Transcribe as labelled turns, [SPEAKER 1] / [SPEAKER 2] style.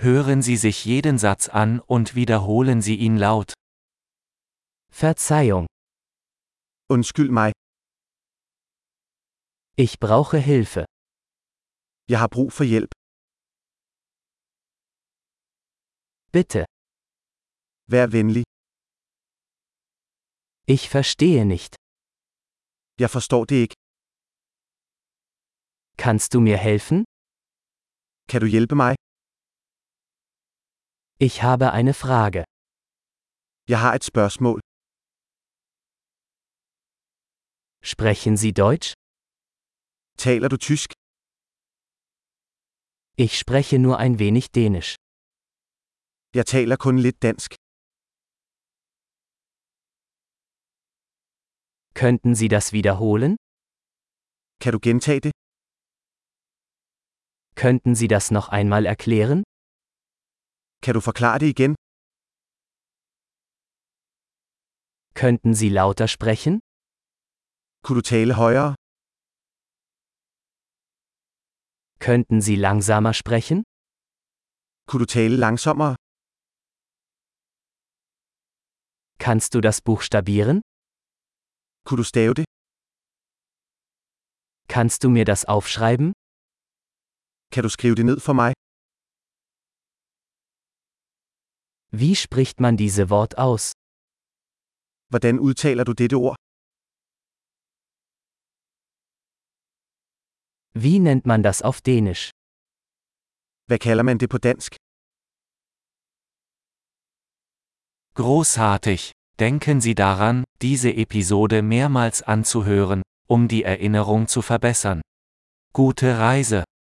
[SPEAKER 1] Hören Sie sich jeden Satz an und wiederholen Sie ihn laut.
[SPEAKER 2] Verzeihung,
[SPEAKER 3] Undskyld mig,
[SPEAKER 2] ich brauche Hilfe.
[SPEAKER 3] jeg har brug for hjælp.
[SPEAKER 2] Bitte,
[SPEAKER 3] Vær venlig,
[SPEAKER 2] ich verstehe nicht.
[SPEAKER 3] jeg forstår det ikke.
[SPEAKER 2] Kannst du mir helfen?
[SPEAKER 3] Kan du hjælpe mig?
[SPEAKER 2] Ich habe eine Frage.
[SPEAKER 3] Jeg har et spørgsmål.
[SPEAKER 2] Sprechen Sie Deutsch?
[SPEAKER 3] Taler du tysk?
[SPEAKER 2] Ich spreche nur ein wenig Dänisch.
[SPEAKER 3] Jeg taler kun lidt dansk.
[SPEAKER 2] Könnten Sie das wiederholen?
[SPEAKER 3] Kan du gentage det?
[SPEAKER 2] Könnten Sie das noch einmal erklären?
[SPEAKER 3] Kan du forklare det igen?
[SPEAKER 2] Könnten Sie lauter sprechen?
[SPEAKER 3] Kunne du tale højere?
[SPEAKER 2] Könnten Sie langsamer sprechen?
[SPEAKER 3] Kunne du tale langsommere?
[SPEAKER 2] Kannst du das buchstabieren?
[SPEAKER 3] Kunne du stave det?
[SPEAKER 2] Kannst du mir das aufschreiben?
[SPEAKER 3] Kan du skrive det ned for mig?
[SPEAKER 2] Wie spricht man diese Wort aus?
[SPEAKER 3] Hvordan udtaler du dette ord?
[SPEAKER 2] Wie nennt man das auf Dänisch?
[SPEAKER 3] Hvad kalder man det på dansk?
[SPEAKER 1] Großartig! Denken Sie daran, diese Episode mehrmals anzuhören, um die Erinnerung zu verbessern. Gute Reise!